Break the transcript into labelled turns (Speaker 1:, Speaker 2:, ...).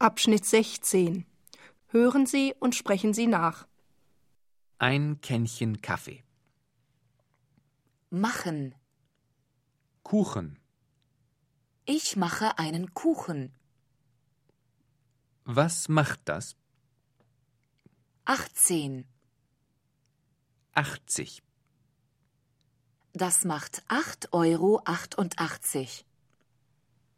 Speaker 1: Abschnitt 16. Hören Sie und sprechen Sie nach.
Speaker 2: Ein Kännchen Kaffee.
Speaker 3: Machen.
Speaker 2: Kuchen.
Speaker 3: Ich mache einen Kuchen.
Speaker 2: Was macht das?
Speaker 3: 18.
Speaker 2: 80.
Speaker 3: Das macht 8,88 Euro.